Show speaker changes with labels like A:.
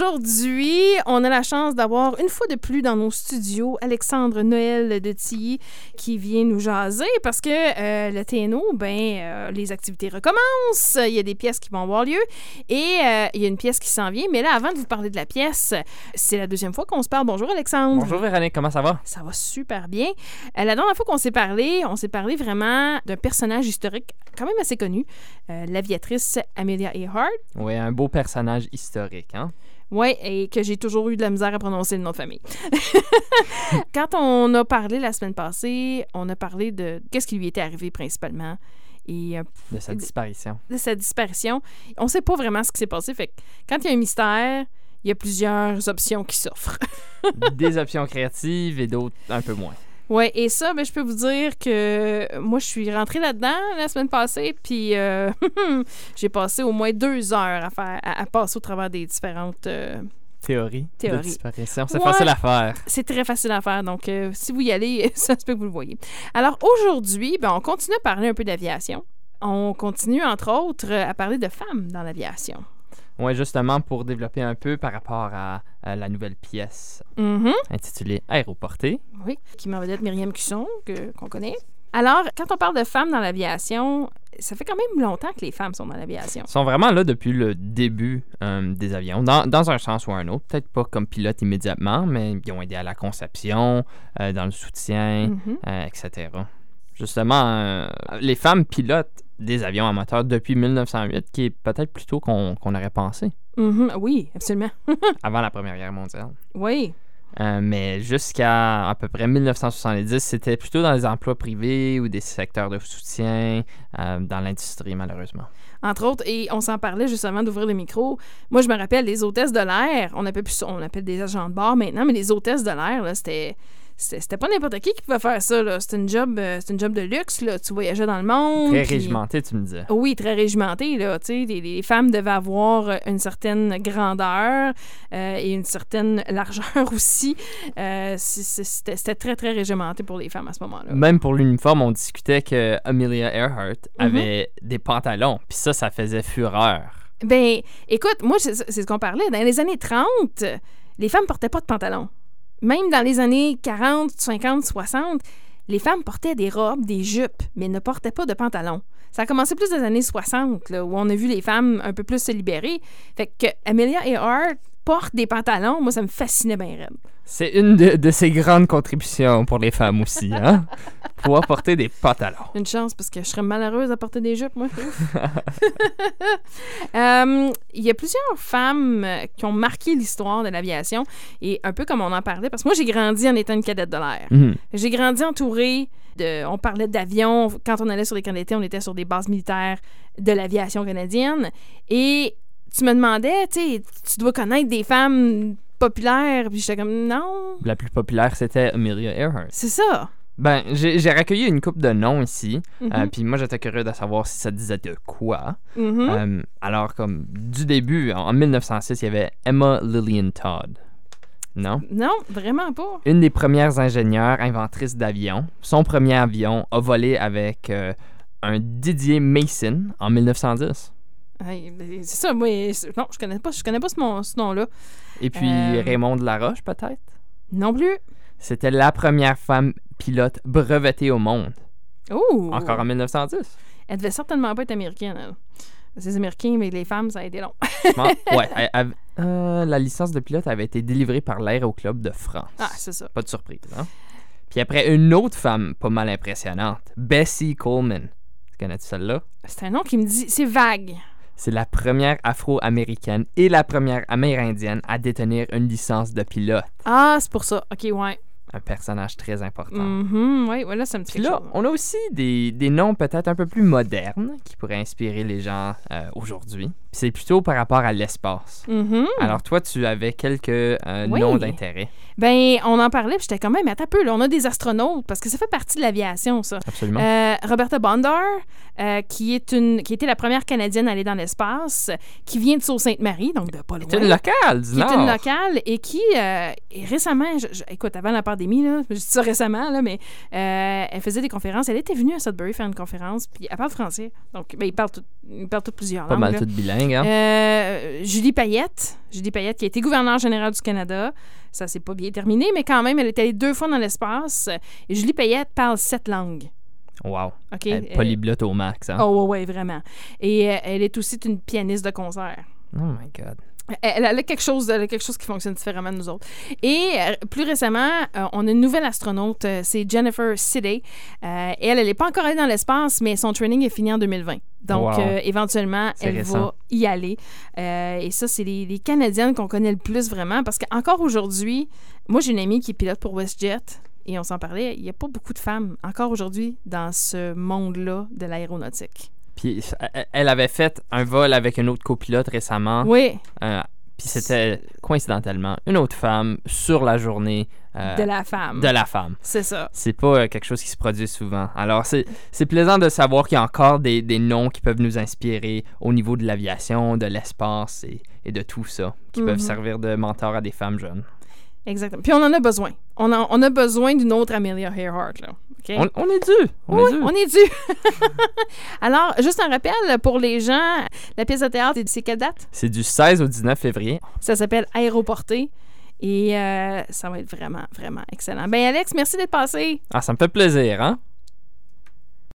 A: Aujourd'hui, on a la chance d'avoir une fois de plus dans nos studios Alexandre Noël de Tilly qui vient nous jaser parce que euh, le TNO, ben, euh, les activités recommencent, il y a des pièces qui vont avoir lieu et euh, il y a une pièce qui s'en vient. Mais là, avant de vous parler de la pièce, c'est la deuxième fois qu'on se parle. Bonjour Alexandre.
B: Bonjour Véronique, comment ça va?
A: Ça va super bien. Euh, la dernière fois qu'on s'est parlé, on s'est parlé vraiment d'un personnage historique quand même assez connu, euh, l'aviatrice Amelia Earhart.
B: Oui, un beau personnage historique, hein?
A: Oui, et que j'ai toujours eu de la misère à prononcer le nom de famille. Quand on a parlé la semaine passée, on a parlé de qu'est-ce qui lui était arrivé principalement et euh,
B: De sa disparition.
A: de sa disparition. On ne sait pas vraiment ce qui s'est passé. Fait que quand il y a un mystère, il y a plusieurs options qui s'offrent.
B: Des options créatives et d'autres un peu moins.
A: Oui, et ça, ben, je peux vous dire que moi, je suis rentrée là-dedans la semaine passée, puis euh, j'ai passé au moins deux heures à, faire, à, à passer au travers des différentes. euh,
B: Théorie, de
A: Théorie.
B: disparition, c'est
A: Ouais.
B: facile à faire.
A: c'est très facile à faire, donc euh, si vous y allez, ça se peut que vous le voyez. Alors aujourd'hui, ben, on continue à parler un peu d'aviation. On continue, entre autres, euh, à parler de femmes dans l'aviation.
B: Oui, justement pour développer un peu par rapport à, à la nouvelle pièce
A: Mhm.
B: intitulée Aéroportée.
A: Oui, qui m'a d'être Myriam Cusson, que- qu'on connaît. Alors, quand on parle de femmes dans l'aviation, ça fait quand même longtemps que les femmes sont dans l'aviation.
B: Ils sont vraiment là depuis le début euh, des avions, dans, dans un sens ou un autre. Peut-être pas comme pilote immédiatement, mais ils ont aidé à la conception, euh, dans le soutien,
A: Mhm.
B: euh, etc. Justement, euh, les femmes pilotent des avions à moteur depuis 1908, qui est peut-être plus tôt qu'on qu'on aurait pensé,
A: Mhm, Oui, absolument.
B: avant la Première Guerre mondiale.
A: Oui.
B: Euh, mais jusqu'à à peu près 1970, c'était plutôt dans les emplois privés ou des secteurs de soutien, euh, dans l'industrie, malheureusement.
A: Entre autres, et on s'en parlait justement d'ouvrir le micro. Moi, je me rappelle, les hôtesses de l'air, on appelle, plus ça- on appelle des agents de bord maintenant, mais les hôtesses de l'air, là, c'était. C'était c'était pas n'importe qui qui pouvait faire ça. là. C'était une, job, euh, c'était une job de luxe. Là. Tu voyageais dans le monde.
B: Très
A: puis-
B: régimenté, tu me disais.
A: Oui, très régimenté. Là, tu sais, les, les femmes devaient avoir euh, une certaine grandeur euh, et une certaine largeur aussi. Euh, c- c- C'était c'était très, très régimenté pour les femmes à ce moment-là.
B: Même pour l'uniforme, on discutait que Amelia Earhart avait des pantalons, puis ça, ça faisait fureur.
A: Ben, écoute, moi, c'est c'est ce qu'on parlait. Dans les années 30, les femmes portaient pas de pantalon. Même dans les années 40, 50, 60, les femmes portaient des robes, des jupes, mais ne portaient pas de pantalon. Ça a commencé plus dans les années 60, là, où on a vu les femmes un peu plus se libérer. Fait que Amelia Earhart porte des pantalons, moi, ça me fascinait bien raide.
B: C'est une de, de ses grandes contributions pour les femmes aussi, hein? Pouvoir porter des pantalons.
A: Une chance, parce que je serais malheureuse à porter des jupes, moi. Ouf. Euh, Il y a plusieurs femmes euh, qui ont marqué l'histoire de l'aviation, et un peu comme on en parlait, parce que moi, j'ai grandi en étant une cadette de l'air.
B: Mhm.
A: J'ai grandi entourée de... On parlait d'avions. Quand on allait sur les camps d'été, on était sur des bases militaires de l'aviation canadienne. Et tu me demandais, tu sais, tu dois connaître des femmes populaires. Puis j'étais comme, non,
B: La plus populaire, c'était Amelia Earhart.
A: c'est ça.
B: Ben, j'ai j'ai recueilli une coupe de noms ici.
A: Mhm.
B: Euh, Puis moi, j'étais curieux de savoir si ça disait de quoi.
A: Mhm.
B: Euh, alors, comme du début, en en 1906, il y avait Emma Lillian Todd. Non?
A: Non, vraiment pas.
B: Une des premières ingénieures inventrices d'avions. Son premier avion a volé avec euh, un Didier Mason en 1910.
A: Hey, ben, c'est ça, moi, c'est- non, je connais pas, je connais pas ce, mon- ce nom-là.
B: Et puis
A: Euh.
B: Raymond de Laroche, peut-être?
A: Non plus.
B: C'était la première femme pilote brevetée au monde,
A: Oh!
B: encore en 1910.
A: Elle devait certainement pas être américaine, elle. C'est américain, mais les femmes, ça a été long.
B: Je pense- ouais, elle- elle- euh, la licence de pilote avait été délivrée par l'aéroclub de France.
A: Ah, c'est ça.
B: Pas de surprise, hein? Puis après, une autre femme pas mal impressionnante, Bessie Coleman. Tu connais-tu celle-là?
A: C'est un nom qui me dit. C'est vague.
B: C'est la première afro-américaine et la première amérindienne à détenir une licence de pilote.
A: Ah, c'est pour ça. Ok, ouais.
B: Un personnage très important.
A: Mhm, ouais, ouais, là, ça me dit
B: Puis
A: quelque
B: là,
A: chose.
B: on a aussi des, des noms peut-être un peu plus modernes qui pourraient inspirer les gens euh, aujourd'hui. Puis c'est plutôt par rapport à l'espace.
A: Mhm.
B: Alors toi, tu avais quelques euh,
A: Oui.
B: noms d'intérêt.
A: Ben, on en parlait, puis j'étais quand même, attends un peu, là, on a des astronautes, parce que ça fait partie de l'aviation, ça.
B: Absolument.
A: Euh, Roberta Bondar, euh, qui, est une, qui était la première Canadienne à aller dans l'espace, qui vient de Sault-Sainte-Marie, donc de pas loin.
B: C'est une locale, du
A: qui est
B: Nord.
A: une locale et qui euh, est récemment, je- je- écoute, avant la pandémie, là, je dis ça récemment, là, mais euh, elle faisait des conférences. Elle était venue à Sudbury faire une conférence, puis elle parle français. Donc, ben, il parle tout, Ils parlent tous plusieurs
B: Pas
A: langues.
B: mal
A: là.
B: tout bilingue, hein?
A: Euh, Julie Payette, Julie Payette qui a été gouverneure générale du Canada. Ça s'est pas bien terminé, mais quand même, elle est allée deux fois dans l'espace. Et Julie Payette parle sept langues.
B: Wow.
A: OK?
B: Elle est polyglotte au max, hein?
A: Euh, oh, ouais, ouais, vraiment. Et euh, elle est aussi une pianiste de concert.
B: Oh my God.
A: Elle, elle a quelque chose, elle a quelque chose qui fonctionne différemment de nous autres. Et euh, plus récemment, euh, on a une nouvelle astronaute, euh, c'est Jennifer Sidey. Euh, elle, elle n'est pas encore allée dans l'espace, mais son training est fini en 2020. Donc,
B: Wow.
A: euh, éventuellement,
B: C'est
A: elle
B: récent.
A: va y aller. Euh, et ça, c'est les, les Canadiennes qu'on connaît le plus vraiment, parce qu'encore aujourd'hui, moi, j'ai une amie qui est pilote pour WestJet. Et on s'en parlait, il n'y a pas beaucoup de femmes encore aujourd'hui dans ce monde-là de l'aéronautique.
B: Puis elle- elle avait fait un vol avec un autre copilote récemment.
A: Oui,
B: Euh, puis c'était coïncidentellement une autre femme sur la journée euh,
A: de la femme.
B: de la femme.
A: C'est ça.
B: C'est pas euh, quelque chose qui se produit souvent. Alors, c'est c'est plaisant de savoir qu'il y a encore des, des noms qui peuvent nous inspirer au niveau de l'aviation, de l'espace et, et de tout ça, qui
A: Mhm.
B: peuvent servir de mentor à des femmes jeunes.
A: Exactement. Puis on en a besoin. On, en- on a besoin d'une autre Amelia Earhart, là. OK?
B: On, on est dû! On
A: Oui,
B: est dû!
A: on est dû. Alors, juste un rappel pour les gens, la pièce de théâtre, c'est quelle date?
B: C'est du 16 au 19 février.
A: Ça s'appelle Aéroporté. Et euh, ça va être vraiment, vraiment excellent. Ben Alex, merci d'être passé.
B: Ah, ça me fait plaisir, hein?